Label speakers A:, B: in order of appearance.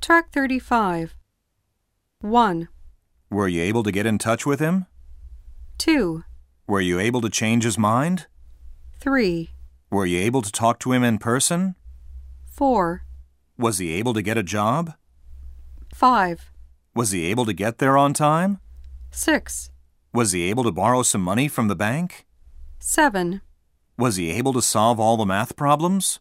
A: Track 35. 1,
B: Were you able to get in touch with him?
A: 2,
B: Were you able to change his mind?
A: 3,
B: Were you able to talk to him in person?
A: 4,
B: Was he able to get a job?
A: 5,
B: Was he able to get there on time?
A: 6,
B: Was he able to borrow some money from the bank?
A: 7,
B: Was he able to solve all the math problems?